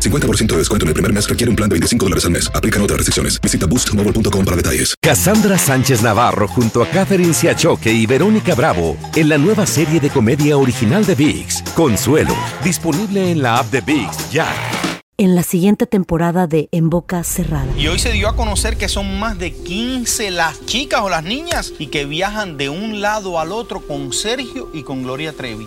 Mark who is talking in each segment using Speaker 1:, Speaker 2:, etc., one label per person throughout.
Speaker 1: 50% de descuento en el primer mes requiere un plan de 25 dólares al mes. Aplican otras restricciones. Visita boostmobile.com para detalles.
Speaker 2: Cassandra Sánchez Navarro junto a Catherine Siachoque y Verónica Bravo en la nueva serie de comedia original de VIX, Consuelo, disponible en la app de VIX ya.
Speaker 3: En la siguiente temporada de En Boca Cerrada.
Speaker 4: Y hoy se dio a conocer que son más de 15 las chicas o las niñas y que viajan de un lado al otro con Sergio y con Gloria Trevi.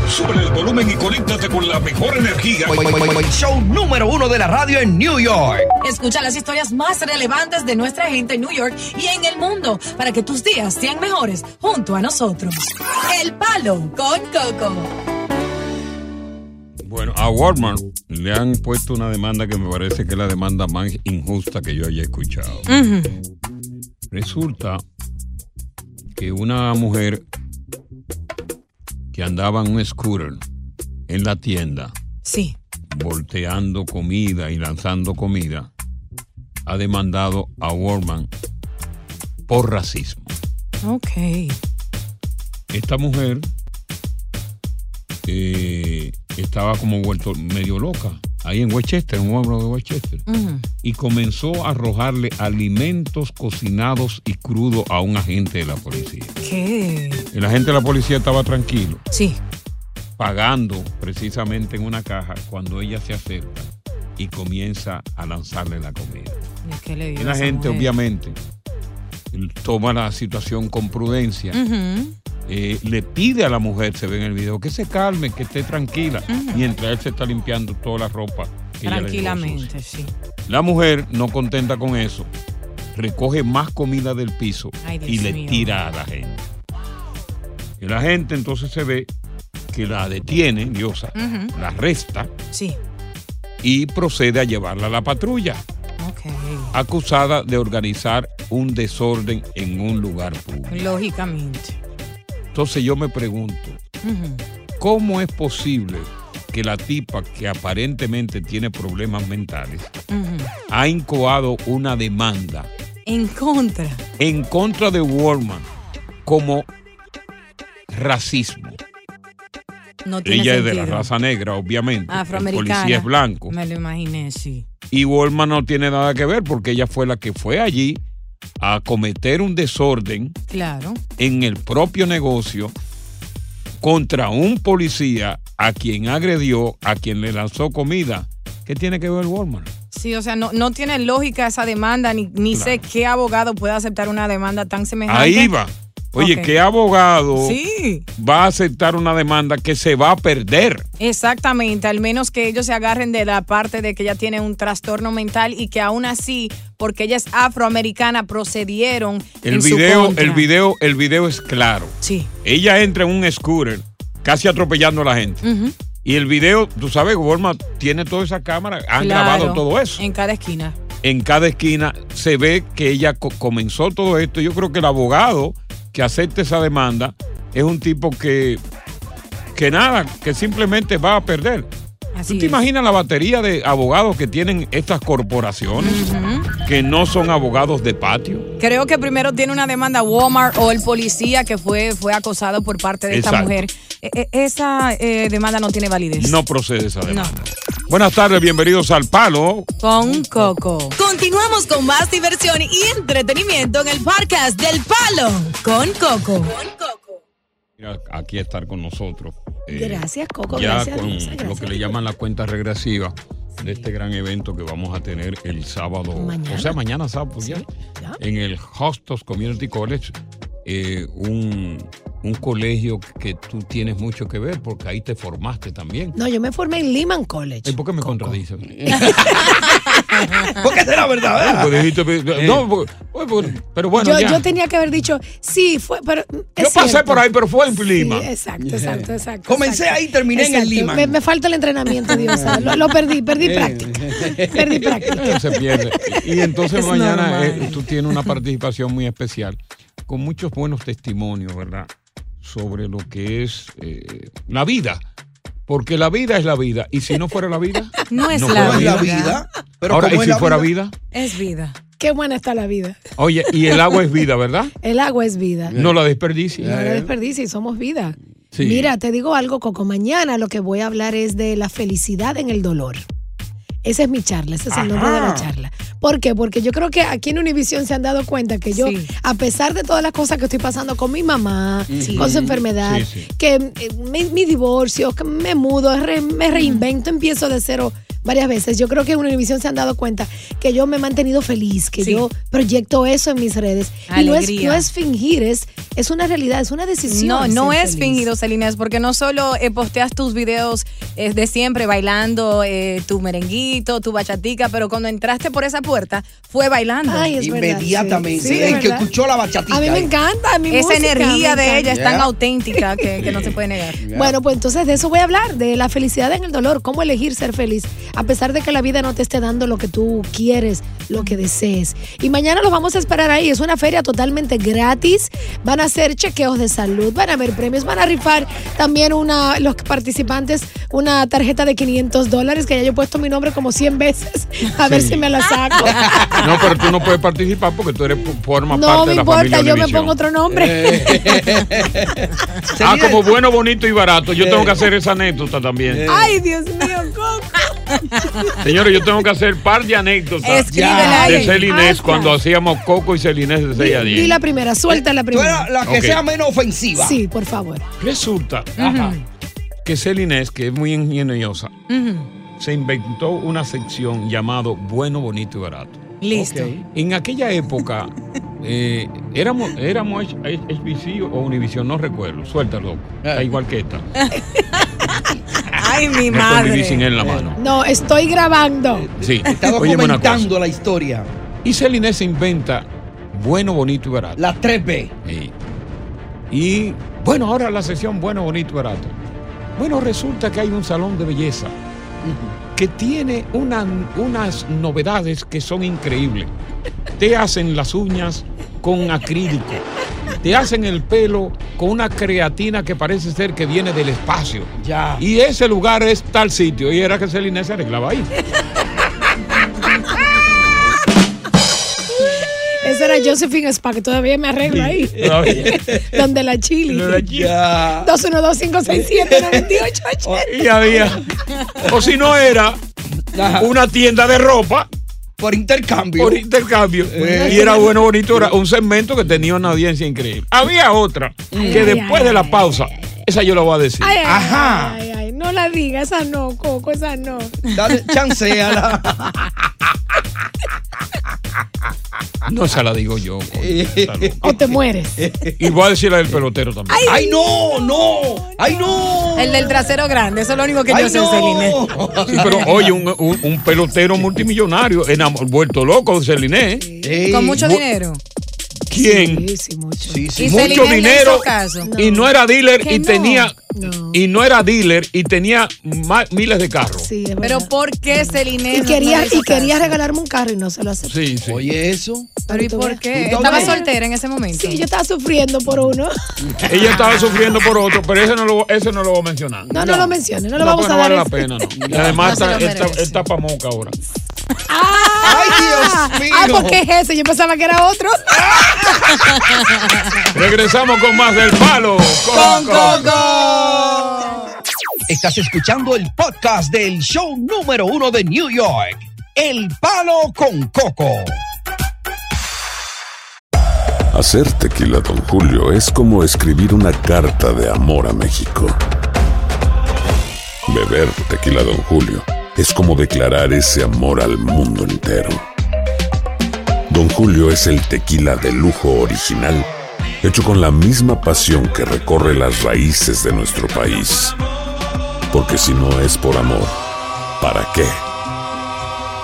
Speaker 5: Sube el volumen y conéctate con la mejor energía.
Speaker 6: Show número uno de la radio en New York.
Speaker 7: Escucha las historias más relevantes de nuestra gente en New York y en el mundo para que tus días sean mejores junto a nosotros. El Palo con Coco.
Speaker 8: Bueno, a Walmart le han puesto una demanda que me parece que es la demanda más injusta que yo haya escuchado. Resulta que una mujer que andaba en un scooter en la tienda,
Speaker 7: Sí.
Speaker 8: volteando comida y lanzando comida, ha demandado a Walmart por racismo.
Speaker 7: Ok.
Speaker 8: Esta mujer eh, estaba como vuelto medio loca, ahí en Westchester, en un pueblo de Westchester, y comenzó a arrojarle alimentos cocinados y crudos a un agente de la policía.
Speaker 7: ¿Qué?
Speaker 8: El agente de la policía estaba tranquilo,
Speaker 7: Sí.
Speaker 8: pagando precisamente en una caja cuando ella se acerca y comienza a lanzarle la comida.
Speaker 7: ¿Qué le dio
Speaker 8: La
Speaker 7: a esa
Speaker 8: gente,
Speaker 7: mujer?
Speaker 8: obviamente, toma la situación con prudencia.
Speaker 7: Ujú.
Speaker 8: eh, le pide a la mujer, se ve en el video, que se calme, que esté tranquila,
Speaker 7: Ujú.
Speaker 8: mientras él se está limpiando toda la ropa. que ella le dejó
Speaker 7: Tranquilamente, sí.
Speaker 8: sucia. La mujer, no contenta con eso, recoge más comida del piso
Speaker 7: Ay, Dios
Speaker 8: y le
Speaker 7: mío.
Speaker 8: tira a la gente. Y la gente entonces se ve que la detiene, diosa,
Speaker 7: Ujú.
Speaker 8: la arresta
Speaker 7: Sí.
Speaker 8: y procede a llevarla a la patrulla,
Speaker 7: Ok.
Speaker 8: acusada de organizar un desorden en un lugar público.
Speaker 7: Lógicamente.
Speaker 8: Entonces yo me pregunto,
Speaker 7: Ujú.
Speaker 8: ¿cómo es posible que la tipa que aparentemente tiene problemas mentales
Speaker 7: Ujú.
Speaker 8: ha incoado una demanda
Speaker 7: En contra.
Speaker 8: en contra de Walmart como racismo?
Speaker 7: No tiene
Speaker 8: Ella es de
Speaker 7: sentido.
Speaker 8: la raza negra, obviamente. El
Speaker 7: Afroamericana.
Speaker 8: policía es blanco.
Speaker 7: Me lo imaginé, sí.
Speaker 8: Y Walmart no tiene nada que ver porque ella fue la que fue allí a cometer un desorden
Speaker 7: Claro.
Speaker 8: en el propio negocio contra un policía a quien agredió, a quien le lanzó comida. ¿Qué tiene que ver Walmart?
Speaker 7: Sí, o sea, no, no tiene lógica esa demanda, ni, ni sé qué abogado puede aceptar una demanda tan semejante.
Speaker 8: Ahí va. Oye,
Speaker 7: Ok.
Speaker 8: ¿qué abogado
Speaker 7: Sí,
Speaker 8: va a aceptar una demanda que se va a perder?
Speaker 7: exactamente, al menos que ellos se agarren de la parte de que ella tiene un trastorno mental y que aún así, porque ella es afroamericana, procedieron
Speaker 8: El
Speaker 7: en su
Speaker 8: video,
Speaker 7: contra.
Speaker 8: el video, el video es claro.
Speaker 7: Sí.
Speaker 8: Ella entra en un scooter, casi atropellando a la gente.
Speaker 7: Ujú.
Speaker 8: Y el video, tú sabes, Walmart tiene toda esa cámara, han
Speaker 7: Claro.
Speaker 8: grabado todo eso.
Speaker 7: En cada esquina.
Speaker 8: En cada esquina se ve que ella co- comenzó todo esto. Yo creo que el abogado que acepte esa demanda es un tipo que, que nada, que simplemente va a perder. ¿Tú te imaginas la batería de abogados que tienen estas corporaciones que no son abogados de patio?
Speaker 9: Creo que primero tiene una demanda Walmart o el policía que fue, fue acosado por parte de esta
Speaker 8: Exacto.
Speaker 9: mujer. E- e- esa eh, demanda no tiene validez.
Speaker 8: No procede esa
Speaker 9: No.
Speaker 8: demanda. Buenas tardes, bienvenidos al Palo
Speaker 9: Con Coco.
Speaker 7: Continuamos con más diversión y entretenimiento en el podcast del Palo con Coco.
Speaker 8: Mira, aquí a estar con nosotros. eh,
Speaker 7: Gracias, Coco,
Speaker 8: Ya
Speaker 7: gracias,
Speaker 8: con
Speaker 7: Luisa, gracias,
Speaker 8: lo que le llaman la cuenta regresiva de este gran evento que vamos a tener el sábado.
Speaker 10: Mañana.
Speaker 8: O sea, mañana sábado, pues, ya, En el Hostos Community College, eh, un, un colegio que tú tienes mucho que ver porque ahí te formaste también.
Speaker 10: No, yo me formé en Lehman College.
Speaker 8: ¿Y por qué me contradices?
Speaker 6: Porque será verdad, ¿verdad?
Speaker 8: Pues dijiste, pues, no, pues, pues, pues, pero bueno,
Speaker 10: yo,
Speaker 8: ya.
Speaker 10: yo tenía que haber dicho, sí, fue, pero.
Speaker 8: Yo pasé por ahí, pero fue en Lima.
Speaker 10: exacto,
Speaker 8: Yeah.
Speaker 10: exacto, exacto.
Speaker 6: Comencé
Speaker 10: exacto.
Speaker 6: ahí, terminé en el
Speaker 10: Exacto.
Speaker 6: Lima.
Speaker 10: Me, me falta el entrenamiento, Dios. mío. lo, lo perdí, perdí práctica. Perdí práctica.
Speaker 8: se pierde. Y entonces
Speaker 10: Es
Speaker 8: mañana
Speaker 10: normal.
Speaker 8: eh, tú tienes una participación muy especial, con muchos buenos testimonios, ¿verdad? Sobre lo que es eh, la vida. Porque la vida es la vida. Y si no fuera la vida.
Speaker 9: No es
Speaker 8: fuera
Speaker 9: la vida.
Speaker 10: Pero
Speaker 8: Ahora,
Speaker 10: ¿cómo
Speaker 8: ¿y
Speaker 10: es
Speaker 8: si
Speaker 10: la
Speaker 8: fuera
Speaker 10: vida?
Speaker 8: vida?
Speaker 10: Es vida. Qué buena está la vida.
Speaker 8: Oye, y el agua es vida, ¿verdad?
Speaker 10: El agua es vida.
Speaker 8: No la desperdicies.
Speaker 10: No lo desperdicies, somos vida.
Speaker 8: Sí.
Speaker 10: Mira, te digo algo, Coco. Mañana lo que voy a hablar es de la felicidad en el dolor. Esa es mi charla, ese es el nombre de la
Speaker 7: Ajá.
Speaker 10: charla. ¿Por qué? Porque yo creo que aquí en Univision se han dado cuenta que yo,
Speaker 7: Sí.
Speaker 10: a pesar de todas las cosas que estoy pasando con mi mamá,
Speaker 7: Sí.
Speaker 10: con su enfermedad,
Speaker 7: Sí, sí.
Speaker 10: que eh, mi, mi divorcio, que me mudo, re- me reinvento, empiezo de cero varias veces. Yo creo que en Univision se han dado cuenta que yo me he mantenido feliz, que yo proyecto eso en mis redes. Y no es,
Speaker 9: Alegría.
Speaker 10: no es fingir, es, es una realidad, es una decisión.
Speaker 9: No, no
Speaker 10: ser
Speaker 9: es
Speaker 10: feliz.
Speaker 9: fingido, Celina, es porque no solo eh, posteas tus videos eh, de siempre bailando eh, tu merenguito, tu bachatica, pero cuando entraste por esa puerta fue bailando.
Speaker 6: Inmediatamente.
Speaker 9: Sí,
Speaker 6: el
Speaker 9: es
Speaker 6: que
Speaker 9: verdad.
Speaker 6: escuchó la bachatita. ahí.
Speaker 9: Esa energía de ella es tan
Speaker 6: Yeah.
Speaker 9: auténtica que, que no se puede negar.
Speaker 10: Bueno, pues entonces de eso voy a hablar, de la felicidad en el dolor, cómo elegir ser feliz, a pesar de que la vida no te esté dando lo que tú quieres, lo que desees. Y mañana los vamos a esperar ahí, es una feria totalmente gratis, van a hacer chequeos de salud, van a haber premios, van a rifar también una, los participantes una tarjeta de 500 dólares, que ya yo he puesto mi nombre como 100 veces, a ver
Speaker 8: Sí.
Speaker 10: si me la saco.
Speaker 8: No, pero tú no puedes participar porque tú eres forma
Speaker 10: No
Speaker 8: parte
Speaker 10: me
Speaker 8: de la
Speaker 10: importa,
Speaker 8: familia
Speaker 10: yo me
Speaker 8: Univision.
Speaker 10: pongo otro nombre.
Speaker 8: Eh, Ah, como bueno, bonito y barato. Yo tengo que hacer esa anécdota
Speaker 6: Eh.
Speaker 8: también.
Speaker 10: Ay, Dios mío, Coco.
Speaker 8: Señores, yo tengo que hacer par de anécdotas
Speaker 10: Escríbela
Speaker 8: de
Speaker 10: ahí.
Speaker 8: Celinés
Speaker 10: Hazla.
Speaker 8: cuando hacíamos Coco y Celinés de 6 a
Speaker 10: Di
Speaker 8: 10.
Speaker 10: la primera, suelta la primera.
Speaker 8: la que Ok. sea menos ofensiva.
Speaker 10: Sí, por favor.
Speaker 8: Resulta ajá, que Celinés, que es muy ingeniosa, se inventó una sección llamado Bueno, Bonito y Barato.
Speaker 9: Listo.
Speaker 8: En aquella época, eh, éramos, éramos H- H- HBC o Univision, no recuerdo. Suéltalo, está igual que esta.
Speaker 9: Ay, mi
Speaker 8: No con
Speaker 9: madre.
Speaker 8: Univision en la mano.
Speaker 10: No, estoy grabando.
Speaker 8: Sí.
Speaker 6: Estaba
Speaker 8: Óyeme una cosa.
Speaker 6: comentando la historia.
Speaker 8: Y Celine se inventa bueno, bonito y barato.
Speaker 6: Las 3B.
Speaker 8: Sí. Y bueno, ahora la sección bueno, bonito y barato. Bueno, resulta que hay un salón de belleza que tiene una- unas novedades que son increíbles. Te hacen las uñas con acrílico. Te hacen el pelo con una creatina que parece ser que viene del espacio.
Speaker 6: Ya.
Speaker 8: Y ese lugar es tal sitio. Y era que Celine se arreglaba ahí.
Speaker 10: Esa era Josephine Spa, que todavía me arreglo ahí. Donde la chili.
Speaker 8: Ya.
Speaker 10: 212-567-9880.
Speaker 8: Y había. O si no era una tienda de ropa.
Speaker 6: Por intercambio. Eh.
Speaker 8: Por intercambio. Y era bueno, bonito, era un segmento que tenía una audiencia increíble. Había otra
Speaker 10: Ay,
Speaker 8: que
Speaker 10: ay,
Speaker 8: después
Speaker 10: ay,
Speaker 8: de la pausa, esa yo la voy a decir.
Speaker 10: Ay, ay,
Speaker 8: Ajá.
Speaker 10: Ay, ay, no la diga, esa no, Coco, esa no.
Speaker 6: Dale, chanceala.
Speaker 8: No, esa la digo yo. coño,
Speaker 6: Eh.
Speaker 8: esa loca.
Speaker 10: O te mueres.
Speaker 8: Y voy a decir la del pelotero también.
Speaker 6: ¡Ay, no! ¡No! ¡Ay, no!
Speaker 9: El del trasero grande, eso es lo único que
Speaker 6: Ay,
Speaker 9: yo sé,
Speaker 6: no.
Speaker 9: Celine.
Speaker 8: Sí, pero oye, un, un- un pelotero multimillonario, enamo- vuelto loco de Celine.
Speaker 9: Con mucho
Speaker 8: Bu-
Speaker 9: dinero.
Speaker 8: ¿Quién?
Speaker 10: Sí, mucho.
Speaker 9: Y
Speaker 8: mucho
Speaker 9: Celine le hizo
Speaker 8: dinero
Speaker 9: caso.
Speaker 8: y no era dealer
Speaker 9: Que
Speaker 8: y
Speaker 9: no.
Speaker 8: tenía y no era dealer y tenía ma- miles de carros.
Speaker 10: Sí,
Speaker 9: Pero ¿por qué Celine?
Speaker 10: Y
Speaker 9: no
Speaker 10: quería,
Speaker 9: le hizo
Speaker 10: y quería
Speaker 9: caso?
Speaker 10: regalarme un carro y no se lo acepté.
Speaker 8: Sí, sí.
Speaker 11: Oye, eso.
Speaker 9: Pero ¿y por qué?
Speaker 10: Tú
Speaker 9: Estaba
Speaker 10: ves.
Speaker 9: soltera en ese momento.
Speaker 10: Sí, yo estaba sufriendo por uno.
Speaker 8: Ella estaba sufriendo por otro, pero ese no lo, ese no lo voy a mencionar.
Speaker 10: No, no lo menciones, no lo vamos
Speaker 8: porque
Speaker 10: a
Speaker 8: no
Speaker 10: dar
Speaker 8: vale la
Speaker 10: ese-
Speaker 8: pena, no. Y
Speaker 10: No,
Speaker 8: además
Speaker 10: no se lo
Speaker 8: está, está,
Speaker 10: merece.
Speaker 8: está pa' moca ahora.
Speaker 10: Ah. ¡Ay,
Speaker 11: Dios mío!
Speaker 10: Ah, porque es ese. Yo pensaba que era otro.
Speaker 8: Regresamos con más del palo.
Speaker 6: Con
Speaker 11: Coco.
Speaker 6: Estás escuchando el podcast del show número uno de New York, El Palo con Coco.
Speaker 12: Hacer tequila Don Julio es como escribir una carta de amor a México. Beber tequila Don Julio es como declarar ese amor al mundo entero. Don Julio es el tequila de lujo original, hecho con la misma pasión que recorre las raíces de nuestro país. Porque si no es por amor, ¿para qué?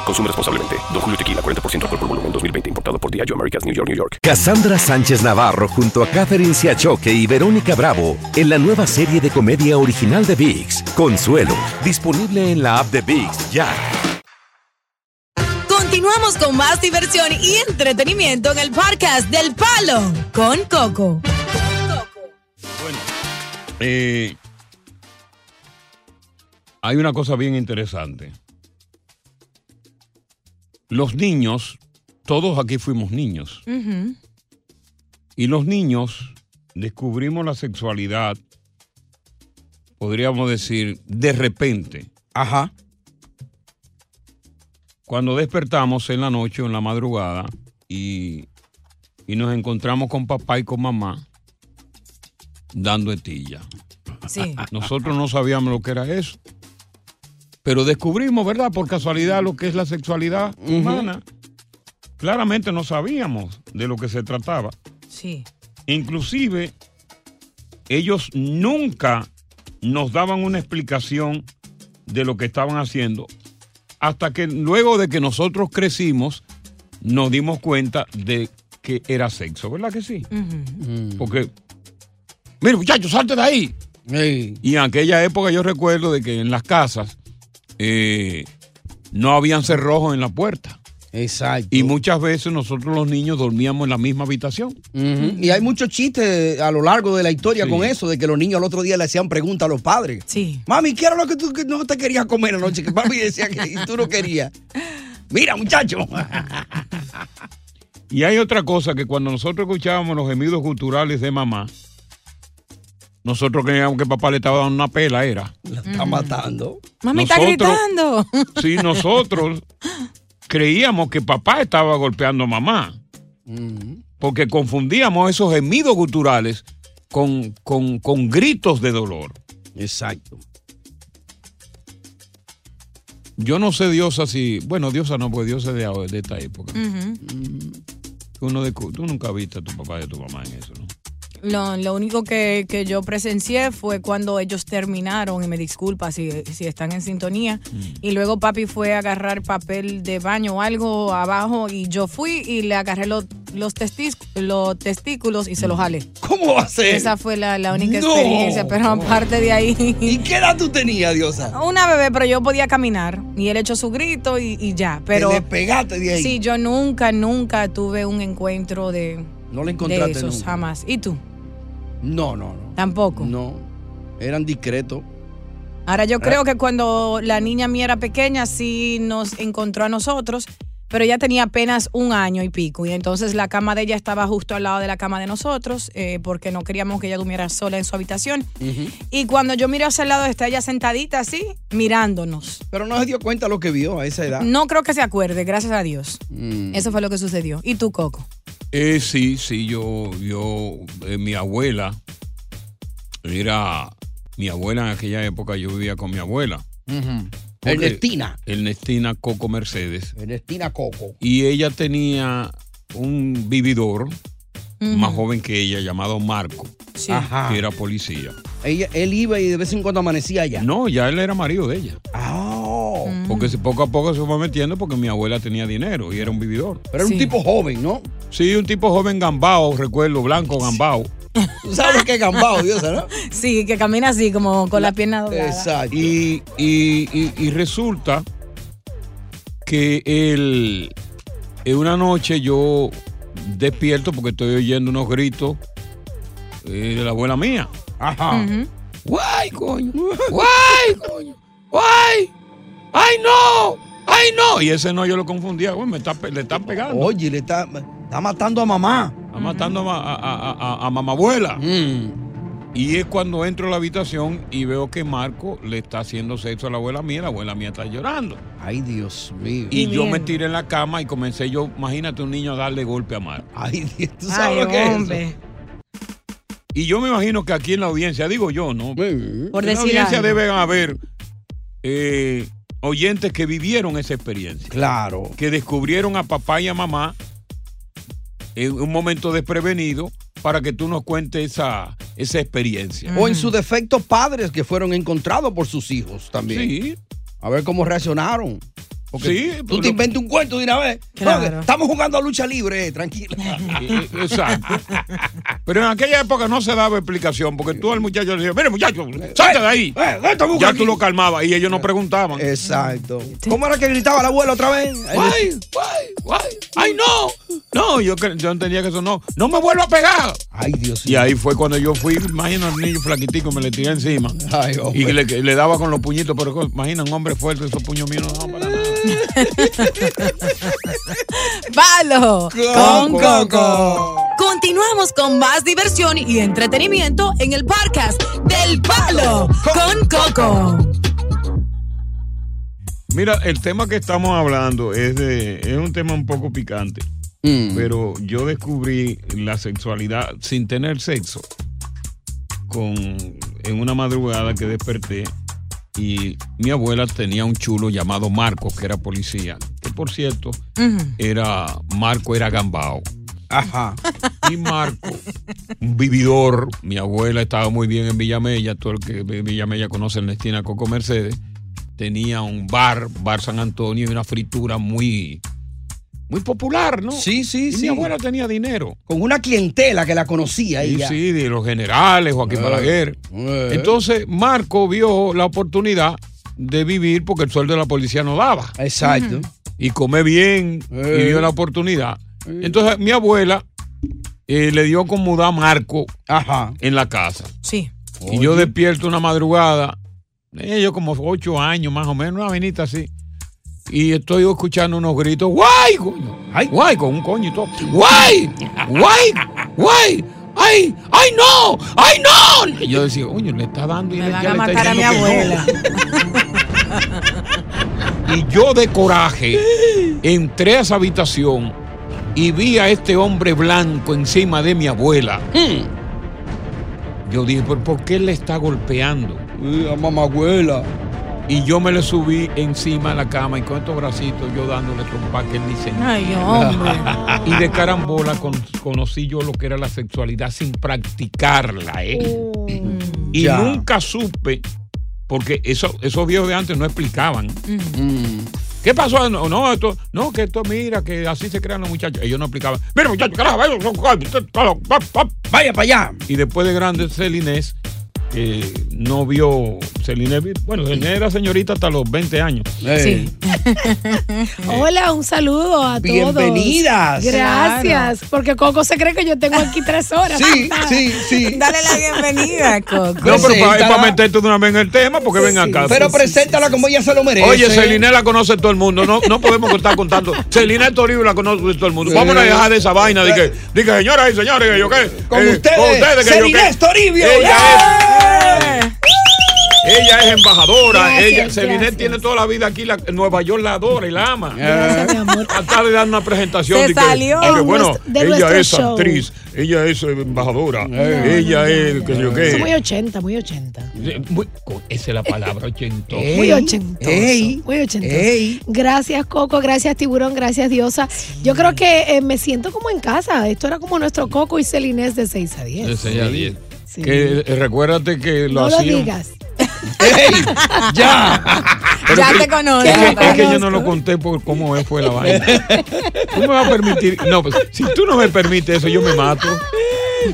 Speaker 13: Consume responsablemente. Don Julio Tequila 40% alcohol por volumen 2020 importado por Diageo Americas New York New York.
Speaker 2: Cassandra Sánchez Navarro junto a Catherine Siachoque y Verónica Bravo en la nueva serie de comedia original de VIX, Consuelo, disponible en la app de VIX ya.
Speaker 7: Continuamos con más diversión y entretenimiento en el podcast del Palo con Coco.
Speaker 8: Eh, hay una cosa bien interesante. Los niños, todos aquí fuimos niños, y los niños descubrimos la sexualidad, podríamos decir, de repente. Ajá. Cuando despertamos en la noche o en la madrugada y, y nos encontramos con papá y con mamá dando etilla.
Speaker 9: Sí.
Speaker 8: Nosotros no sabíamos lo que era eso. Pero descubrimos, ¿verdad? Por casualidad lo que es la sexualidad humana. Claramente no sabíamos de lo que se trataba.
Speaker 9: Sí.
Speaker 8: Inclusive, ellos nunca nos daban una explicación de lo que estaban haciendo. Hasta que luego de que nosotros crecimos, nos dimos cuenta de que era sexo, ¿verdad que sí? Mm. Porque, mira muchachos, salte de ahí. Y en aquella época yo recuerdo de que en las casas eh, no habían cerrojos en la puerta. Exacto. Y muchas veces nosotros los niños dormíamos en la misma habitación.
Speaker 11: Ujú. Y hay muchos chistes a lo largo de la historia
Speaker 8: Sí.
Speaker 11: con eso, de que los niños al otro día le hacían preguntas a los padres.
Speaker 9: Sí.
Speaker 11: Mami, ¿qué era lo que tú que no te querías comer anoche? Que papi decía que y tú no querías. Mira, muchacho.
Speaker 8: Y hay otra cosa que cuando nosotros escuchábamos los gemidos culturales de mamá, nosotros creíamos que papá le estaba dando una pela, era. La
Speaker 11: está matando.
Speaker 9: Mami está gritando.
Speaker 8: Sí, nosotros creíamos que papá estaba golpeando a mamá. Porque confundíamos esos gemidos culturales con, con- con gritos de dolor. Exacto. Yo no sé Diosa si. Bueno, Diosa no, pues Diosa es de, ahora, de esta época. Mm. Uno de, tú nunca viste a tu papá y a tu mamá en eso, ¿no?
Speaker 9: No, lo único que, que yo presencié fue cuando ellos terminaron, y me disculpa si, si están en sintonía,
Speaker 8: Mm.
Speaker 9: y luego papi fue a agarrar papel de baño o algo abajo, y yo fui y le agarré los, los, testis- los testículos y se los jalé.
Speaker 11: ¿Cómo va a ser?
Speaker 9: Esa fue la, la única
Speaker 11: No.
Speaker 9: experiencia, pero aparte de ahí...
Speaker 11: ¿Y qué edad tú tenías, Diosa?
Speaker 9: Una bebé, pero yo podía caminar y él echó su grito y, y ya. Pero
Speaker 11: Te despegaste de ahí.
Speaker 9: Sí, yo nunca, nunca tuve un encuentro de,
Speaker 11: No la
Speaker 9: de
Speaker 11: encontraste
Speaker 9: esos
Speaker 11: nunca.
Speaker 9: jamás. ¿Y tú?
Speaker 11: No, no, no.
Speaker 9: Tampoco.
Speaker 11: No. Eran discretos.
Speaker 9: Ahora yo
Speaker 11: Ah.
Speaker 9: creo que cuando la niña mía era pequeña sí nos encontró a nosotros, pero ella tenía apenas un año y pico y entonces la cama de ella estaba justo al lado de la cama de nosotros eh, porque no queríamos que ella durmiera sola en su habitación. Y cuando yo miré hacia el lado está ella sentadita así mirándonos.
Speaker 11: Pero no se dio cuenta lo que vio a esa edad.
Speaker 9: No creo que se acuerde, gracias a Dios.
Speaker 11: Mm.
Speaker 9: Eso fue lo que sucedió. ¿Y tú, Coco?
Speaker 8: Eh, sí, sí, yo, yo, eh, mi abuela era, mi abuela en aquella época yo vivía con mi abuela. Porque-
Speaker 11: Ernestina.
Speaker 8: Ernestina Coco Mercedes.
Speaker 11: Ernestina Coco.
Speaker 8: Y ella tenía un vividor
Speaker 11: Ujú.
Speaker 8: más joven que ella llamado Marco,
Speaker 11: Sí. Ajá.
Speaker 8: que era policía.
Speaker 11: Ella, él iba y de vez en cuando amanecía allá.
Speaker 8: No, ya él era marido de ella. Porque se- poco a poco se fue metiendo porque mi abuela tenía dinero y era un vividor.
Speaker 11: Pero era un tipo joven, ¿no?
Speaker 8: Sí, un tipo joven gambao, recuerdo, blanco gambao.
Speaker 11: Tú sabes que es gambao, diosa, ¿no?
Speaker 9: Sí, que camina así, como con la, pierna doblada.
Speaker 11: Exacto.
Speaker 8: Y, y- y- y resulta que el, en una noche yo despierto porque estoy oyendo unos gritos eh, de la abuela mía. Ajá.
Speaker 11: ¡Guay, coño!
Speaker 8: ¡Guay, coño! ¡Guay! ¡Ay, no! ¡Ay, no! Y ese no yo lo confundía. Güey, me está pe- le están pegando.
Speaker 11: Oye, le está, está matando a mamá.
Speaker 8: Está matando a, ma- a, a- a- a mamabuela.
Speaker 11: Mm.
Speaker 8: Y es cuando entro a la habitación y veo que Marco le está haciendo sexo a la abuela mía. La abuela mía está llorando.
Speaker 11: Ay, Dios mío.
Speaker 8: Y yo me
Speaker 11: metí.
Speaker 8: tiré en la cama y comencé yo, imagínate un niño a darle golpe a Marco.
Speaker 11: Ay, Dios, tú
Speaker 9: Ay,
Speaker 11: sabes lo que
Speaker 9: hombre.
Speaker 11: es. eso?
Speaker 8: Y yo me imagino que aquí en la audiencia, digo yo,
Speaker 11: Mm.
Speaker 8: ¿no?
Speaker 9: Por
Speaker 8: en la
Speaker 9: decir
Speaker 8: audiencia
Speaker 9: algo.
Speaker 8: deben haber eh, oyentes que vivieron esa experiencia.
Speaker 11: Claro.
Speaker 8: Que descubrieron a papá y a mamá en un momento desprevenido para que tú nos cuentes esa, esa experiencia.
Speaker 11: O en su defecto, padres que fueron encontrados por sus hijos también.
Speaker 8: Sí.
Speaker 11: A ver cómo reaccionaron. Porque
Speaker 8: Sí, pues
Speaker 11: tú
Speaker 8: pero-
Speaker 11: te inventas un cuento de una vez.
Speaker 8: Claro.
Speaker 11: No, que Estamos jugando a lucha libre, eh, tranquila.
Speaker 8: Eh, eh, Exacto. Pero en aquella época no se daba explicación, porque tú al muchacho le decías, mire muchacho,
Speaker 11: Eh,
Speaker 8: salte de ahí. Ya tú lo calmabas y ellos no preguntaban.
Speaker 11: Exacto. ¿Cómo era que gritaba la abuela otra vez?
Speaker 8: ¡Guay, guay, guay! ¡Ay, no! No, yo, cre- yo entendía que eso no. ¡No me vuelvo a pegar!
Speaker 11: ¡Ay, Dios
Speaker 8: Y ahí fue cuando yo fui, imagina al niño flaquitico, me le tiré encima. y le, le daba con los puñitos, pero co- imagina un hombre fuerte, esos puños míos no daban para nada.
Speaker 7: ¡Palo
Speaker 8: Con
Speaker 7: Coco! Continuamos con más diversión y entretenimiento en el podcast del Palo con Coco.
Speaker 8: Mira, el tema que estamos hablando es, de, es un tema un poco picante, pero yo descubrí la sexualidad sin tener sexo con, en una madrugada que desperté y mi abuela tenía un chulo llamado Marco, que era policía, que por cierto era Marco era gambao. Ajá. Y Marco, un vividor. Mi abuela estaba muy bien en Villamella. Todo el que ve Villamella conoce a Ernestina Coco Mercedes. Tenía un bar, Bar San Antonio, y una fritura muy, muy popular, ¿no?
Speaker 11: Sí, sí,
Speaker 8: Y
Speaker 11: sí.
Speaker 8: Mi abuela tenía dinero.
Speaker 11: Con una clientela que la conocía
Speaker 8: Sí,
Speaker 11: ella.
Speaker 8: sí, de los generales, Joaquín
Speaker 11: Eh,
Speaker 8: Balaguer.
Speaker 11: eh.
Speaker 8: Entonces, Marco vio la oportunidad de vivir porque el sueldo de la policía no daba.
Speaker 11: Exacto.
Speaker 8: Y comer bien,
Speaker 11: Eh.
Speaker 8: y vio la oportunidad. Entonces, mi abuela eh, le dio con mudar a Marco en la casa.
Speaker 9: Sí.
Speaker 8: Y yo despierto una madrugada, eh, yo como ocho años más o menos, una venita así. Y estoy escuchando unos gritos, ¡guay! coño! ¡Guay! Con un coño y todo. ¡Guay! ¡Guay! ¡Guay! ¡Ay! ¡Ay no! ¡Ay no! Y yo decía, coño, le está dando y
Speaker 9: Me
Speaker 8: le,
Speaker 9: van
Speaker 8: ya
Speaker 9: a
Speaker 8: le está
Speaker 9: matar a mi
Speaker 8: diciendo que no".
Speaker 9: abuela.
Speaker 8: Y yo de coraje entré a esa habitación y vi a este hombre blanco encima de mi abuela. Yo dije, ¿pero por qué le está golpeando?
Speaker 11: Eh, a mamabuela.
Speaker 8: Y yo me le subí encima a la cama y con estos bracitos yo dándole trompa que él ni sentía.
Speaker 9: Ay, hombre.
Speaker 8: Y de carambola con- conocí yo lo que era la sexualidad sin practicarla, ¿eh?
Speaker 9: Oh.
Speaker 8: Y
Speaker 11: Ya.
Speaker 8: nunca supe, porque eso, esos viejos de antes no explicaban.
Speaker 11: Mm.
Speaker 8: ¿Qué pasó? No, no, esto, no, que esto, mira, que así se crean los muchachos. Ellos no explicaban. Mira, muchachos, carajo, vaya, vaya,
Speaker 11: vaya para allá.
Speaker 8: Y después de grande, Celinés eh, no vio. Celinés, bueno, Celinés era señorita hasta los 20 años.
Speaker 11: Sí.
Speaker 10: Hola, un saludo a
Speaker 11: Bienvenidas.
Speaker 10: todos. Gracias, porque Coco se cree que yo tengo aquí tres horas.
Speaker 11: Sí, sí, sí.
Speaker 9: Dale la bienvenida,
Speaker 11: Ah,
Speaker 9: Coco.
Speaker 8: No, pero para, para meterte de una vez en el tema, porque ven acá. pues.
Speaker 11: Pero preséntala como ella se lo merece.
Speaker 8: Oye, Celine la conoce todo el mundo. No, no podemos estar contando. Celine Toribio la conoce todo el mundo. Vamos a dejar de esa vaina de que, de que señoras y señores, que yo qué.
Speaker 11: Con
Speaker 8: eh,
Speaker 11: ustedes,
Speaker 8: que yo
Speaker 11: Celine
Speaker 8: qué.
Speaker 11: Toribio. ¡Eh!
Speaker 8: Ella es, ella es embajadora.
Speaker 11: Gracias,
Speaker 8: ella, Celine
Speaker 11: gracias.
Speaker 8: tiene toda la vida aquí. La, en Nueva York la adora y la ama.
Speaker 11: Gracias,
Speaker 8: mi amor. Tratar de dar una presentación.
Speaker 9: Se
Speaker 8: de que-
Speaker 9: salió
Speaker 8: de que,
Speaker 9: de
Speaker 8: bueno,
Speaker 9: nuestro- de
Speaker 8: ella
Speaker 9: nuestro
Speaker 8: es
Speaker 9: show.
Speaker 8: actriz, ella es embajadora,
Speaker 11: Eh.
Speaker 8: ella es que yo qué.
Speaker 10: Es muy 80, muy 80.
Speaker 8: Eh, muy- co- esa es la palabra, ochentoso.
Speaker 10: muy ochentoso. muy ochentoso.
Speaker 8: ey.
Speaker 10: Gracias, Coco. Gracias, Tiburón. Gracias, Diosa. Yo creo que eh, me siento como en casa. Esto era como nuestro Coco y Celinés de 6 a 10.
Speaker 8: De seis a diez. Que, eh, recuérdate que lo
Speaker 10: no lo
Speaker 8: hacían.
Speaker 10: digas.
Speaker 8: ¡Ya! Pero
Speaker 9: Ya
Speaker 8: que-
Speaker 9: te conozco.
Speaker 8: Es que,
Speaker 9: te
Speaker 8: es que yo
Speaker 9: conozco.
Speaker 8: no lo conté por cómo es- fue la vaina. ¿Tú me vas a permitir? No, pues, si tú no me permites eso, yo me mato.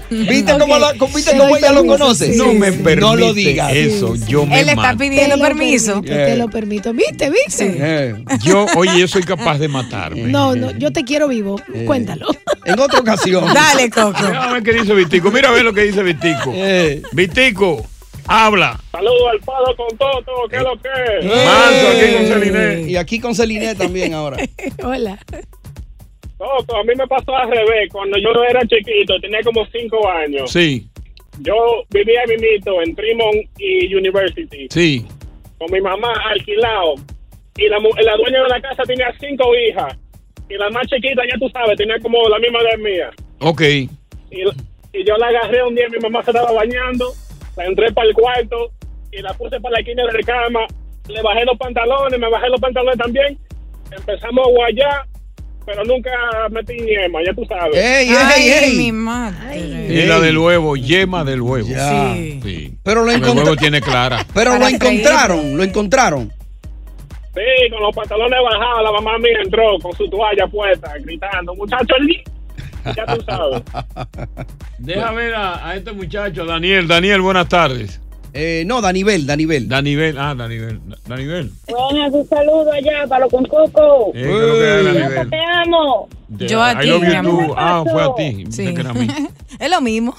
Speaker 11: ¿Viste cómo, la, cómo- viste cómo ella lo conoce?
Speaker 8: No me permite
Speaker 11: No lo digas.
Speaker 8: Eso, yo me mato.
Speaker 10: Te lo permito,
Speaker 8: Eh.
Speaker 10: te lo permito. ¿Viste? ¿Viste?
Speaker 8: Eh, Yo, oye, yo soy capaz de matarme.
Speaker 10: No, no, yo te quiero vivo.
Speaker 8: Eh.
Speaker 10: Cuéntalo.
Speaker 11: En otra ocasión.
Speaker 10: Dale, Coco.
Speaker 8: Mira a ver qué dice Vitico. Mira a ver lo que dice Vitico.
Speaker 11: Eh.
Speaker 8: Vitico, habla.
Speaker 14: Saludos al palo con todo, ¿qué es lo que es?
Speaker 8: Manso aquí con Celine.
Speaker 11: Y aquí con Celine también ahora.
Speaker 10: Hola.
Speaker 14: Toto, a mí me pasó al revés. Cuando yo era chiquito, tenía como cinco años.
Speaker 8: Sí,
Speaker 14: Yo vivía en Mimito, en Tremont y University,
Speaker 8: sí.
Speaker 14: con mi mamá alquilado. Y la, mu- la dueña de la casa tenía cinco hijas. Y la más chiquita, ya tú sabes, tenía como la misma edad mía.
Speaker 8: Ok.
Speaker 14: Y, y yo la agarré un día, mi mamá se estaba bañando, la entré para el cuarto y la puse para la esquina de la cama, le bajé los pantalones, me bajé los pantalones también, empezamos a guayar, pero nunca metí yema, ya tú sabes.
Speaker 9: Ay, mi madre.
Speaker 8: Y la del huevo, yema del huevo.
Speaker 11: Ya.
Speaker 8: Sí. Sí.
Speaker 11: Pero lo
Speaker 8: El
Speaker 11: encontré-
Speaker 8: huevo tiene clara.
Speaker 11: Pero lo encontraron, lo encontraron.
Speaker 14: Sí, con los pantalones bajados, la mamá mía entró con su toalla puesta, gritando, muchacho, el ni-". ya tú sabes.
Speaker 8: Deja ver a, a este muchacho, Daniel. Daniel, buenas tardes.
Speaker 11: Eh, no, Danivel, Danivel.
Speaker 8: Danivel, ah, Danivel. Da- Danivel.
Speaker 15: Buenas, un saludo allá, palo con coco.
Speaker 8: Eh, creo que era Danivel.
Speaker 15: Te amo.
Speaker 8: De-
Speaker 9: Yo a
Speaker 8: I
Speaker 9: ti,
Speaker 8: love you
Speaker 9: mi amor.
Speaker 8: too. Ah, fue a ti. Pensé que era a mí.
Speaker 9: Es lo mismo.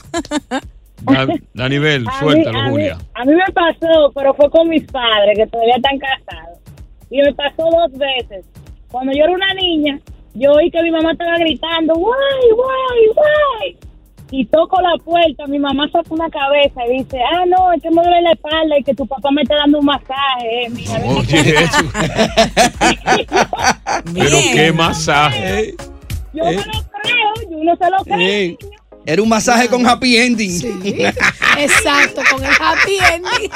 Speaker 8: Da- Danivel,
Speaker 15: A mí-
Speaker 8: suéltalo,
Speaker 15: a mí-
Speaker 8: Julia.
Speaker 15: A mí me pasó, pero fue con mis padres, que todavía están casados. Y me pasó dos veces. Cuando yo era una niña, yo oí que mi mamá estaba gritando, ¡guay, guay, guay! Y toco la puerta, mi mamá saca una cabeza y dice, ah, no, es que me duele la espalda y que tu papá me está dando un masaje. eh, mira, ven
Speaker 8: Oye,
Speaker 15: acá".
Speaker 8: eso. Pero qué
Speaker 11: Eh,
Speaker 8: masaje.
Speaker 15: Yo me lo creo, yo no se lo creo.
Speaker 11: Era un masaje con happy ending.
Speaker 10: Exacto, con el happy ending.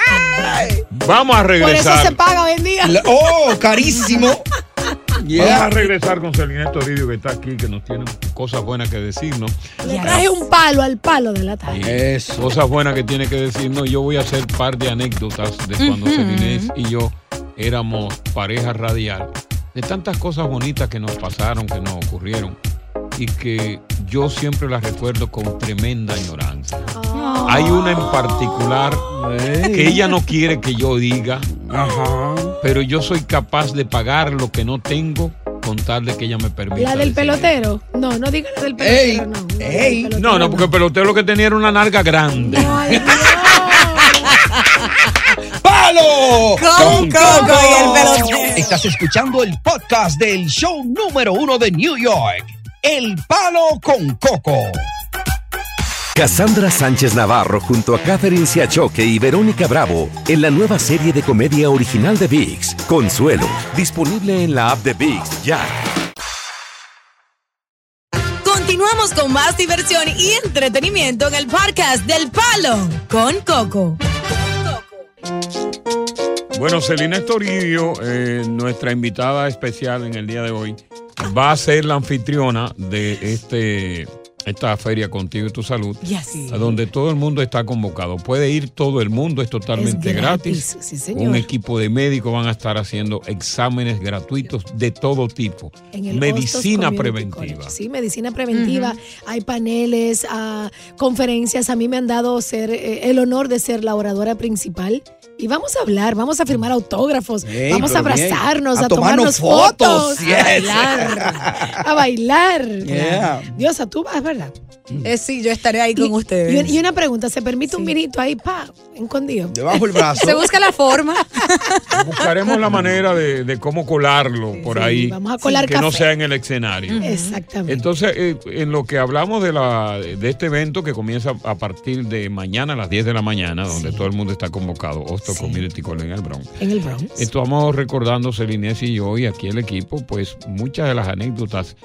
Speaker 8: Vamos a
Speaker 10: Por eso se
Speaker 8: regresar.
Speaker 10: paga hoy en día.
Speaker 11: Oh, carísimo.
Speaker 8: Vamos a regresar con Celine Toribio que está aquí, que nos tiene cosas buenas que decirnos.
Speaker 10: Le traje un palo al palo de la tarde.
Speaker 8: Eso. Cosas buenas que tiene que decirnos. Yo voy a hacer par de anécdotas de cuando
Speaker 10: Ujú.
Speaker 8: Celine y yo éramos pareja radial. De tantas cosas bonitas que nos pasaron, que nos ocurrieron. Y que yo siempre las recuerdo con tremenda añoranza.
Speaker 10: Ah.
Speaker 8: Hay una en particular que ella no quiere que yo diga, pero yo soy capaz de pagar lo que no tengo con tal de que ella me permita.
Speaker 10: La del pelotero. No, no digas la del pelotero, no. no, la del pelotero.
Speaker 8: No, no, porque el pelotero lo que tenía era una narga grande.
Speaker 6: ¡Palo!
Speaker 11: Con Coco y el pelotero.
Speaker 6: Estás escuchando el podcast del show número uno de New York, El Palo con Coco.
Speaker 2: Cassandra Sánchez Navarro junto a Catherine Siachoque y Verónica Bravo en la nueva serie de comedia original de VIX, Consuelo, disponible en la app de VIX ya.
Speaker 7: Continuamos con más diversión y entretenimiento en el podcast del Palo con Coco.
Speaker 8: Bueno, Celina Toribio, eh, nuestra invitada especial en el día de hoy, va a ser la anfitriona de este esta feria Contigo y tu Salud,
Speaker 7: Yes.
Speaker 8: a donde todo el mundo está convocado. Puede ir todo el mundo, es totalmente
Speaker 10: Es
Speaker 8: gratis.
Speaker 10: gratis, sí, señor.
Speaker 8: Un equipo de médicos van a estar haciendo exámenes gratuitos de todo tipo.
Speaker 10: En el
Speaker 8: Medicina
Speaker 10: Hostos Community
Speaker 8: preventiva.
Speaker 10: College. Sí, medicina preventiva. Hay paneles, ah, conferencias. A mí me han dado ser eh, el honor de ser la oradora principal. Y vamos a hablar, vamos a firmar autógrafos,
Speaker 11: Ey,
Speaker 10: vamos a
Speaker 11: pero bien.
Speaker 10: abrazarnos,
Speaker 11: A
Speaker 10: a,
Speaker 11: tomarnos
Speaker 10: tomarnos fotos,
Speaker 11: fotos, yes.
Speaker 10: a bailar, a bailar.
Speaker 11: Yeah. Mm.
Speaker 10: Diosa, tú vas, ¿verdad?
Speaker 9: Eh, sí, yo estaré ahí con ustedes.
Speaker 10: Y, un- y una pregunta, ¿se permite un vinito ahí, pa, escondido?
Speaker 11: Debajo el brazo.
Speaker 9: Se busca la forma.
Speaker 8: Buscaremos la manera de, de cómo colarlo por
Speaker 10: sí,
Speaker 8: ahí.
Speaker 10: vamos a colar
Speaker 8: que no
Speaker 10: café.
Speaker 8: sea en el escenario.
Speaker 10: Exactamente.
Speaker 8: Entonces, eh, en lo que hablamos de, la, de este evento que comienza a partir de mañana a las 10 de la mañana, donde todo el mundo está convocado, Hosto Community College en el Bronx.
Speaker 10: En el Bronx.
Speaker 8: Estamos recordando, Celinés y yo, y aquí el equipo, pues muchas de las anécdotas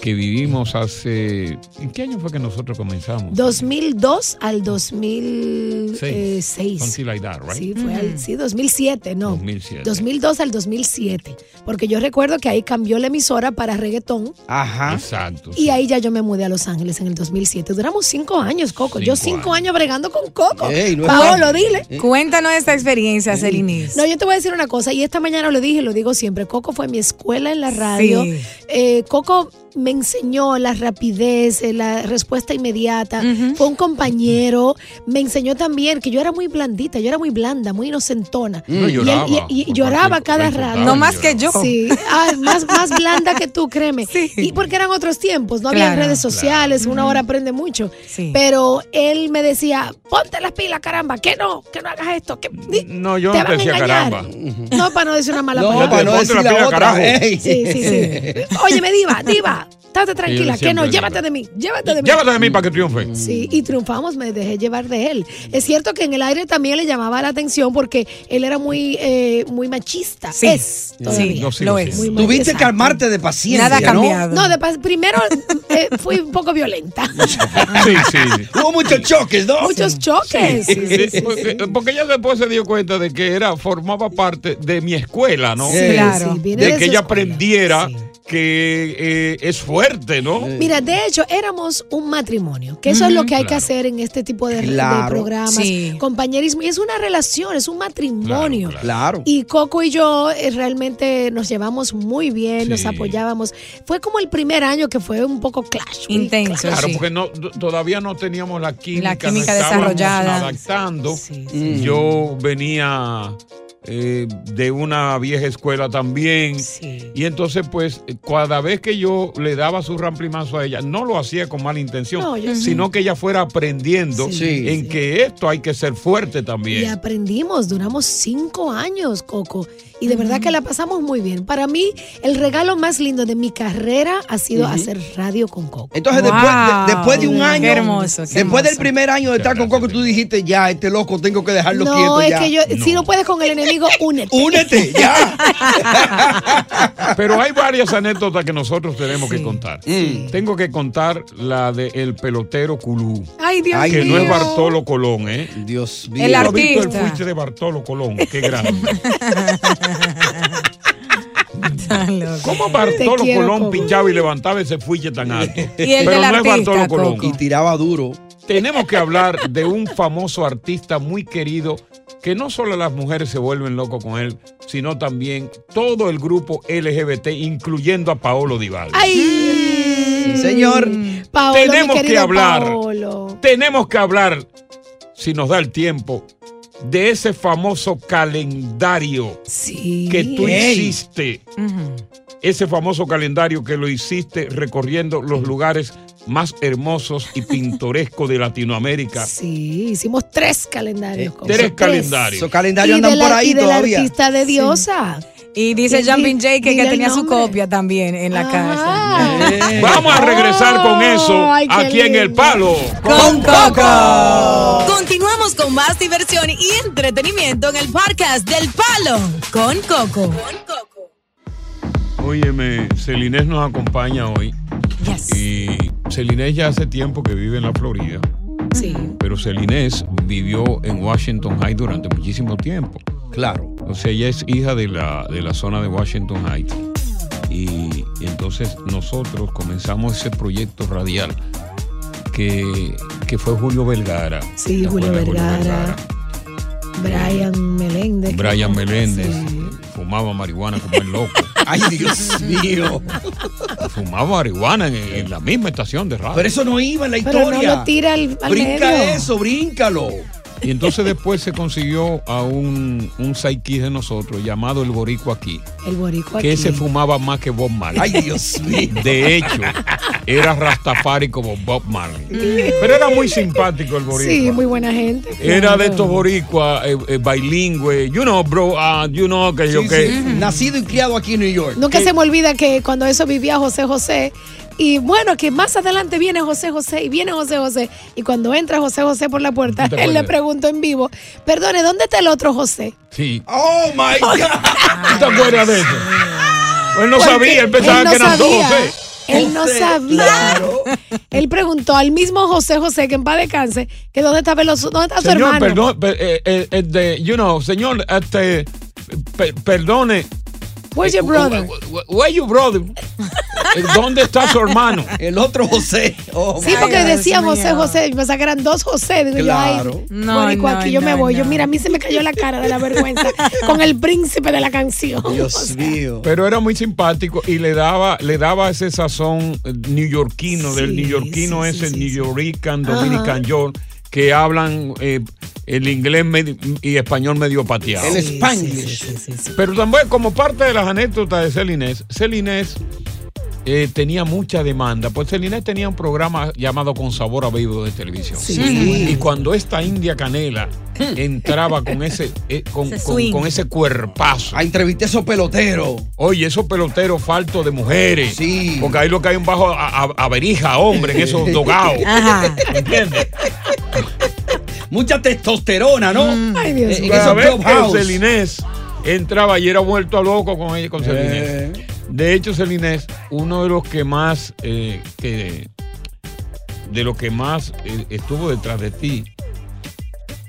Speaker 8: que vivimos hace... ¿En qué año fue que nosotros comenzamos?
Speaker 10: 2002 al 2006.
Speaker 8: Something like that, right?
Speaker 10: Sí, fue al, sí, 2007, no.
Speaker 8: 2007.
Speaker 10: 2002 al 2007. Porque yo recuerdo que ahí cambió la emisora para reggaetón
Speaker 8: Ajá. Exacto.
Speaker 10: y ahí ya yo me mudé a Los Ángeles en el 2007. Duramos cinco años, Coco. yo
Speaker 9: Cinco
Speaker 10: cingo años. bregando con Coco.
Speaker 9: Ey, no es
Speaker 10: Paolo,
Speaker 9: fácil.
Speaker 10: dile.
Speaker 9: Cuéntanos esta experiencia, Celine.
Speaker 10: No, yo te voy a decir una cosa, y esta mañana lo dije, y lo digo siempre, Coco fue mi escuela en la radio.
Speaker 9: Sí.
Speaker 10: Eh, Coco me enseñó la rapidez, eh, la respuesta inmediata. Fue un compañero. Me enseñó también que yo era muy blandita, yo era muy blanda, muy inocentona.
Speaker 8: No,
Speaker 10: y, él-
Speaker 8: lloraba.
Speaker 10: y- y- y lloraba cada rato.
Speaker 9: No más que yo.
Speaker 10: Sí, Ah, más, más blanda que tú, créeme. Y porque eran otros tiempos, no había
Speaker 9: Claro.
Speaker 10: redes sociales, una hora aprende mucho. Pero él me decía, ponte las pilas, caramba, que no, que no hagas esto. Que...
Speaker 8: No, yo
Speaker 10: Te
Speaker 8: no te
Speaker 10: van a
Speaker 8: decía
Speaker 10: engañar.
Speaker 8: caramba.
Speaker 10: No, para no decir una mala
Speaker 8: No,
Speaker 10: palabra.
Speaker 8: para no Ponte decir la la pila, otra, carajo. ey.
Speaker 10: Sí, sí, sí. Oye, me diva, diva, estate tranquila,
Speaker 8: siempre
Speaker 10: que no,
Speaker 8: digo.
Speaker 10: llévate de mí, llévate de mí.
Speaker 8: Llévate de mí para que triunfe.
Speaker 10: Sí, y triunfamos, me dejé llevar de él. Es cierto que en el aire también le llamaba la atención porque él era muy, eh, muy machista. Es todavía.
Speaker 11: Sí,
Speaker 10: lo es. Muy mal-
Speaker 11: Tuviste que
Speaker 10: exacto.
Speaker 11: armarte de paciencia. ¿no?
Speaker 10: No, de pas- primero eh, fui un poco violenta.
Speaker 8: Sí, sí.
Speaker 11: Hubo muchos choques, ¿no?
Speaker 10: Muchos choques. Sí, sí, sí,
Speaker 8: Porque, porque ella después se dio cuenta de que era formaba parte de mi escuela, ¿no?
Speaker 10: Sí, Sí, claro. sí, viene
Speaker 8: de,
Speaker 10: de
Speaker 8: que
Speaker 10: su
Speaker 8: ella
Speaker 10: escuela.
Speaker 8: aprendiera que eh, es fuerte, ¿no?
Speaker 10: Mira, de hecho, éramos un matrimonio, que eso es lo que hay que hacer en este tipo de, de
Speaker 8: Claro.
Speaker 10: programas.
Speaker 8: Sí.
Speaker 10: Compañerismo. Y es una relación, es un matrimonio.
Speaker 11: Claro.
Speaker 10: Y Coco y yo eh, realmente nos llevamos muy bien, nos apoyábamos. Fue como el primer año que fue un poco clash. muy clash.
Speaker 8: Claro, porque no, t- todavía no teníamos la química,
Speaker 10: La química
Speaker 8: nos estábamos
Speaker 10: desarrollada.
Speaker 8: adaptando. Yo venía eh, de una vieja escuela también. Y entonces, pues, cada vez que yo le daba su ramplimazo a ella, no lo hacía con mala intención,
Speaker 10: No, yo-
Speaker 8: sino que ella fuera aprendiendo
Speaker 10: Sí.
Speaker 8: en que esto hay que ser fuerte
Speaker 10: Y
Speaker 8: también.
Speaker 10: aprendimos, duramos cinco años, Coco. Y de verdad que la pasamos muy bien. Para mí, el regalo más lindo de mi carrera ha sido
Speaker 11: Ujú.
Speaker 10: hacer radio con Coco.
Speaker 11: Entonces, después, de, después de un
Speaker 10: Qué
Speaker 11: año,
Speaker 10: hermoso, qué
Speaker 11: después del
Speaker 10: hermoso.
Speaker 11: primer año de estar con Coco, tú dijiste, ya, este loco tengo que dejarlo
Speaker 10: no,
Speaker 11: quieto.
Speaker 10: es
Speaker 11: ya.
Speaker 10: que yo, si no puedes con el enemigo, únete.
Speaker 11: Únete, ya.
Speaker 8: Pero hay varias anécdotas que nosotros tenemos que contar. Tengo que contar la de el pelotero culú.
Speaker 10: Ay, Dios
Speaker 8: que no es
Speaker 10: mío.
Speaker 8: Bartolo Colón, ¿eh?
Speaker 11: Dios
Speaker 10: mío. El
Speaker 8: ¿Tú has visto
Speaker 10: artista.
Speaker 8: el fuiste de Bartolo Colón, qué grande. ¿Cómo Bartolo
Speaker 11: Te quiero,
Speaker 8: Colón
Speaker 11: Coco.
Speaker 8: pinchaba y levantaba ese fuelle tan alto?
Speaker 11: Y el del
Speaker 8: Pero no es
Speaker 11: artista,
Speaker 8: Bartolo Colón.
Speaker 11: Coco. Y tiraba duro.
Speaker 8: Tenemos que hablar de un famoso artista muy querido que no solo las mujeres se vuelven locos con él, sino también todo el grupo LGBT, incluyendo a Paolo Dival.
Speaker 10: Ay,
Speaker 8: señor.
Speaker 10: Paolo,
Speaker 8: Tenemos
Speaker 10: mi
Speaker 8: que
Speaker 10: querido
Speaker 8: hablar.
Speaker 10: Paolo.
Speaker 8: Tenemos que hablar, si nos da el tiempo, de ese famoso calendario que tú
Speaker 11: Ey.
Speaker 8: hiciste. Ese famoso calendario que lo hiciste recorriendo
Speaker 9: Mm.
Speaker 8: los lugares más hermosos y pintorescos de Latinoamérica.
Speaker 10: Sí, hicimos tres calendarios. Coco.
Speaker 8: Tres calendarios.
Speaker 11: Esos calendarios
Speaker 10: Y
Speaker 11: andan
Speaker 10: del
Speaker 11: por
Speaker 10: ar-
Speaker 11: ahí
Speaker 10: y del
Speaker 11: todavía.
Speaker 10: artista de diosa.
Speaker 9: Y dice
Speaker 10: Di-
Speaker 9: Jumping
Speaker 10: di-
Speaker 9: Jake que
Speaker 10: dile el
Speaker 9: tenía su
Speaker 10: nombre. Ah.
Speaker 9: copia también en la casa.
Speaker 8: Vamos a regresar con eso
Speaker 9: Oh, ay, qué
Speaker 8: aquí en El Palo
Speaker 9: Con Coco. Continuamos con más diversión y entretenimiento en el podcast del Palo con Coco.
Speaker 8: Óyeme, Celinés nos acompaña hoy. Y Celinés ya hace tiempo que vive en la Florida.
Speaker 10: Sí.
Speaker 8: Pero Celinés vivió en Washington Heights durante muchísimo tiempo.
Speaker 11: Claro.
Speaker 8: O sea, ella es hija de la, de la zona de Washington Heights. Y entonces nosotros comenzamos ese proyecto radial que, que fue Julio Vergara.
Speaker 10: Sí,
Speaker 8: ¿Te
Speaker 10: Julio
Speaker 8: acuerdas de
Speaker 10: Vergara, Brian Meléndez.
Speaker 8: Brian Meléndez fumaba marihuana como el loco.
Speaker 11: Ay, Dios mío.
Speaker 8: Fumaba marihuana en, en la misma estación de radio.
Speaker 11: Pero eso no iba en la
Speaker 10: Pero
Speaker 11: historia.
Speaker 10: no lo tira al, al
Speaker 11: Brinca
Speaker 10: medio.
Speaker 11: eso, bríncalo.
Speaker 8: Y entonces después se consiguió a un, un sidekick de nosotros llamado el Borico aquí,
Speaker 10: El boricua
Speaker 8: que
Speaker 10: aquí.
Speaker 8: ese fumaba más que Bob Marley.
Speaker 11: Ay, Dios mío.
Speaker 8: De hecho, era Rastafari como Bob Marley. Pero era muy simpático el Boricua. Eh,
Speaker 10: Sí, muy buena gente.
Speaker 8: Era de
Speaker 10: claro.
Speaker 8: estos boricuas eh, eh, bilingües. You know, bro, ah, you know que yo
Speaker 11: Sí,
Speaker 8: que.
Speaker 11: sí. Nacido y criado aquí en New York.
Speaker 10: Nunca se me olvida que cuando eso vivía José José. Y bueno, que más adelante viene José José y viene José José. Y cuando entra José José por la puerta,
Speaker 8: ¿Tú te
Speaker 10: él le
Speaker 8: acuerdas?
Speaker 10: preguntó en vivo, perdone, ¿dónde está el otro José?
Speaker 8: Sí.
Speaker 11: Oh my
Speaker 8: God. ¿Te acuerdas de eso? Él no
Speaker 10: Porque
Speaker 8: sabía, él pensaba
Speaker 10: él no
Speaker 8: que eran
Speaker 10: sabía.
Speaker 8: dos. ¿eh?
Speaker 10: Él no sabía. Él preguntó al mismo José José, que en paz descanse, que dónde estaba el oso- dónde está su
Speaker 8: Señor,
Speaker 10: hermano.
Speaker 8: perdón, per- eh, eh, eh, de- you know, señor, este, per- perdone. Eh, uh,
Speaker 10: Where's your brother?
Speaker 8: Where you brother? Eh, ¿Dónde está su hermano?
Speaker 11: El otro José.
Speaker 8: uh,
Speaker 11: Oh,
Speaker 10: Sí,
Speaker 11: my
Speaker 10: porque
Speaker 11: God.
Speaker 10: decía José, José, me sacaran dos José. Digo yo, ay,
Speaker 11: Claro.
Speaker 10: no,
Speaker 11: No,
Speaker 10: boricua,
Speaker 11: no,
Speaker 10: aquí yo me
Speaker 11: no,
Speaker 10: voy. Yo, mira, a mí se me cayó la cara de la vergüenza con el príncipe de la canción. O sea,
Speaker 8: Pero era muy simpático y le daba, le daba ese sazón eh, neoyorquino, del neoyorquino ese, New Dominican York, que hablan eh, el inglés medi- y español medio pateado.
Speaker 11: El
Speaker 8: Sí,
Speaker 11: Spanglish.
Speaker 8: Pero también, como parte de las anécdotas de Celinés, Celinés eh, tenía mucha demanda. Pues Celinés tenía un programa llamado Con Sabor a Vivo de televisión.
Speaker 11: Sí.
Speaker 8: Y cuando esta India Canela entraba con ese, eh, con,
Speaker 11: Ese
Speaker 8: con-
Speaker 11: swing.
Speaker 8: con ese cuerpazo.
Speaker 11: A entrevisté a esos peloteros.
Speaker 8: Oye, esos peloteros faltos de mujeres.
Speaker 11: Sí.
Speaker 8: Porque ahí lo que hay un bajo a, a- a verija, hombre, en esos dogados.
Speaker 11: Ajá.
Speaker 8: ¿Entiendes?
Speaker 11: Mucha testosterona, ¿no?
Speaker 10: Ay,
Speaker 11: Dios
Speaker 8: Eh,
Speaker 11: mío.
Speaker 8: en esos
Speaker 11: Cada vez que
Speaker 8: clubhouse.
Speaker 11: el
Speaker 8: Celinés entraba y era vuelto a loco con ella, con Celinés. De hecho, Celinés, uno de los que más eh, que- de los que más eh, estuvo detrás de ti,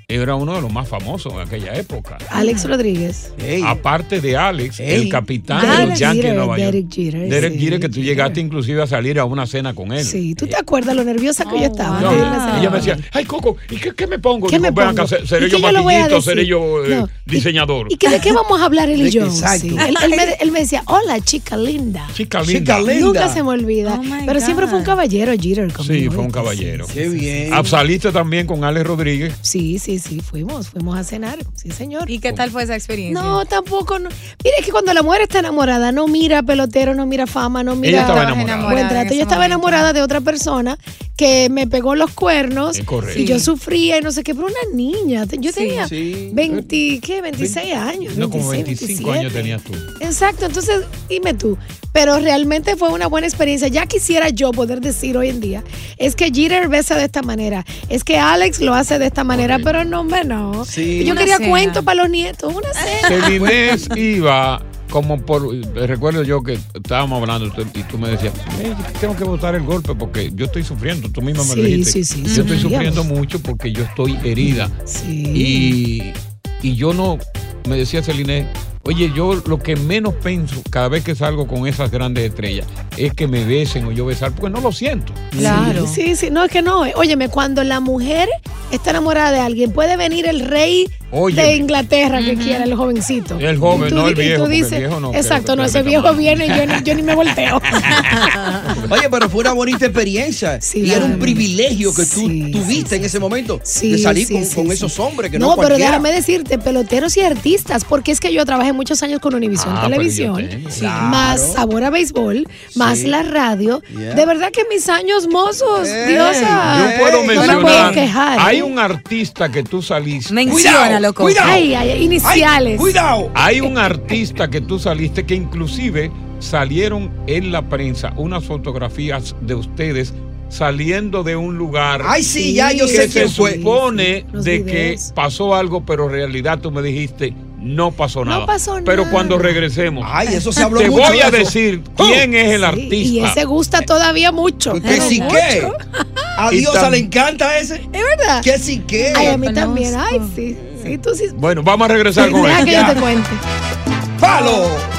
Speaker 8: era uno de los más famosos en aquella época.
Speaker 10: Alex Rodríguez.
Speaker 8: Aparte de Alex, el capitán de
Speaker 10: Derek
Speaker 8: los Yankees de
Speaker 10: Jeter,
Speaker 8: Nueva York.
Speaker 10: Derek Jeter,
Speaker 8: Derek
Speaker 10: sí.
Speaker 8: Jeter, que tú llegaste inclusive a salir a una cena con él.
Speaker 10: Sí, ¿tú te acuerdas lo nerviosa
Speaker 11: Oh,
Speaker 10: que yo estaba?
Speaker 8: No,
Speaker 10: antes de ir a la
Speaker 8: Ella
Speaker 10: ceremonia?
Speaker 8: me decía, ay Coco, ¿y qué, qué me pongo?
Speaker 10: ¿Qué
Speaker 8: Digo,
Speaker 10: me
Speaker 8: "Ven
Speaker 10: pongo?
Speaker 8: acá, se- seré
Speaker 10: ¿Y
Speaker 8: yo
Speaker 10: qué yo le voy a
Speaker 8: maquillito,
Speaker 10: decir?"
Speaker 8: seré yo eh,
Speaker 10: No.
Speaker 8: diseñador.
Speaker 10: ¿Y que de qué vamos a hablar él y yo?
Speaker 8: Exacto.
Speaker 10: Sí. Él, él me, él me decía, hola, chica linda.
Speaker 8: Chica linda. Chica linda.
Speaker 10: Nunca se me olvida.
Speaker 11: Oh
Speaker 10: pero siempre fue un caballero, Jeter. como
Speaker 8: Sí,
Speaker 10: hoy.
Speaker 8: fue un caballero.
Speaker 10: Qué bien.
Speaker 8: Ah, Saliste también con Alex Rodríguez.
Speaker 10: Sí, sí, sí, fuimos, fuimos a cenar, sí señor.
Speaker 9: ¿Y qué tal fue esa experiencia?
Speaker 10: No, tampoco. No. Mira, es que cuando la mujer está enamorada, no mira pelotero, no mira fama, no mira.
Speaker 8: estaba enamorada.
Speaker 10: Buen trato.
Speaker 9: en ese
Speaker 10: Yo estaba enamorada de otra persona que me pegó los cuernos.
Speaker 8: Es correcto.
Speaker 10: Y yo
Speaker 8: Sí.
Speaker 10: sufría y no sé qué, pero una niña. Yo tenía
Speaker 8: Sí.
Speaker 10: 20, ¿qué? 26 años.
Speaker 8: No, como
Speaker 10: 26,
Speaker 8: 25 años tenías tú.
Speaker 10: Exacto, entonces dime tú, pero realmente fue una buena experiencia. Ya quisiera yo poder decir hoy en día, es que Jeter besa de esta manera, es que Alex lo hace de esta manera, pero no, hombre, no.
Speaker 8: Sí.
Speaker 10: Yo
Speaker 8: Una
Speaker 10: quería
Speaker 8: cena.
Speaker 10: cuento para los nietos, una cena.
Speaker 8: Celinés iba como por. eh, Recuerdo yo que estábamos hablando tú- y tú me decías, "Eh, tengo que botar el golpe porque yo estoy sufriendo. Tú misma me lo
Speaker 10: Sí,
Speaker 8: dijiste.
Speaker 10: sí, sí,
Speaker 8: yo
Speaker 10: sí,
Speaker 8: estoy
Speaker 10: digamos.
Speaker 8: sufriendo mucho porque yo estoy herida.
Speaker 10: Sí.
Speaker 8: Y, y yo no. Me decía Celinés, oye, yo lo que menos pienso cada vez que salgo con esas grandes estrellas es que me besen o yo besar porque no lo siento.
Speaker 10: Sí, sí, sí, no, es que no. eh, Óyeme, cuando la mujer está enamorada de alguien, puede venir el rey de
Speaker 8: Óyeme.
Speaker 10: Inglaterra que quiera, el jovencito.
Speaker 8: El joven,
Speaker 10: Y tú
Speaker 8: no
Speaker 10: di-
Speaker 8: el
Speaker 10: y
Speaker 8: viejo,
Speaker 10: tú
Speaker 8: porque el
Speaker 10: dices,
Speaker 8: viejo no, que-
Speaker 10: Exacto, no,
Speaker 8: que
Speaker 10: ese
Speaker 8: me
Speaker 10: viejo viene y yo ni, yo ni me volteo.
Speaker 11: Oye, pero fue una bonita experiencia. y era un privilegio que tú tuviste en ese momento de salir
Speaker 10: sí,
Speaker 11: con,
Speaker 10: sí,
Speaker 11: con
Speaker 10: sí.
Speaker 11: esos hombres que no,
Speaker 10: No, pero
Speaker 11: cualquiera.
Speaker 10: déjame decirte, peloteros y artistas, porque es que yo trabajé muchos años con Univisión
Speaker 11: Ah, pero
Speaker 10: Televisión,
Speaker 11: yo tengo.
Speaker 10: sí,
Speaker 11: Claro.
Speaker 10: más Sabor a Béisbol, más la radio.
Speaker 8: Yeah. Eh.
Speaker 10: De verdad que mis años mozos, diosa.
Speaker 8: Yo puedo mencionar.
Speaker 10: No me puedo quejar. ¿eh?
Speaker 8: Hay un artista que tú saliste.
Speaker 10: Menciónalo, Coco. Cuidado. Ay, ay, ay, iniciales. Ay, cuidado.
Speaker 8: Hay un artista que tú saliste que inclusive salieron en la prensa unas fotografías de ustedes saliendo de un lugar.
Speaker 11: Ay, sí, ya yo
Speaker 8: que
Speaker 11: sé quién
Speaker 8: se
Speaker 11: fue.
Speaker 8: supone
Speaker 11: Los
Speaker 8: de
Speaker 11: videos.
Speaker 8: que pasó algo, pero en realidad tú me dijiste no pasó nada.
Speaker 10: pasó
Speaker 8: Pero
Speaker 10: nada. Oh.
Speaker 8: cuando regresemos,
Speaker 11: Ay, eso se habló
Speaker 8: te
Speaker 11: mucho
Speaker 8: voy
Speaker 11: de
Speaker 8: a
Speaker 11: eso.
Speaker 8: decir quién es el artista.
Speaker 10: Y ese gusta todavía mucho.
Speaker 8: Pues
Speaker 11: Que
Speaker 10: pero
Speaker 11: sí
Speaker 10: mucho.
Speaker 11: que. A
Speaker 8: Y
Speaker 11: Diosa
Speaker 8: tam-
Speaker 11: le encanta ese. Es
Speaker 10: verdad.
Speaker 11: Que sí que.
Speaker 10: Ay, a mí también. Ay, sí. Sí, tú sí.
Speaker 8: Bueno, vamos a regresar con
Speaker 10: Deja
Speaker 8: él.
Speaker 10: que yo te cuente.
Speaker 11: ¡Palo!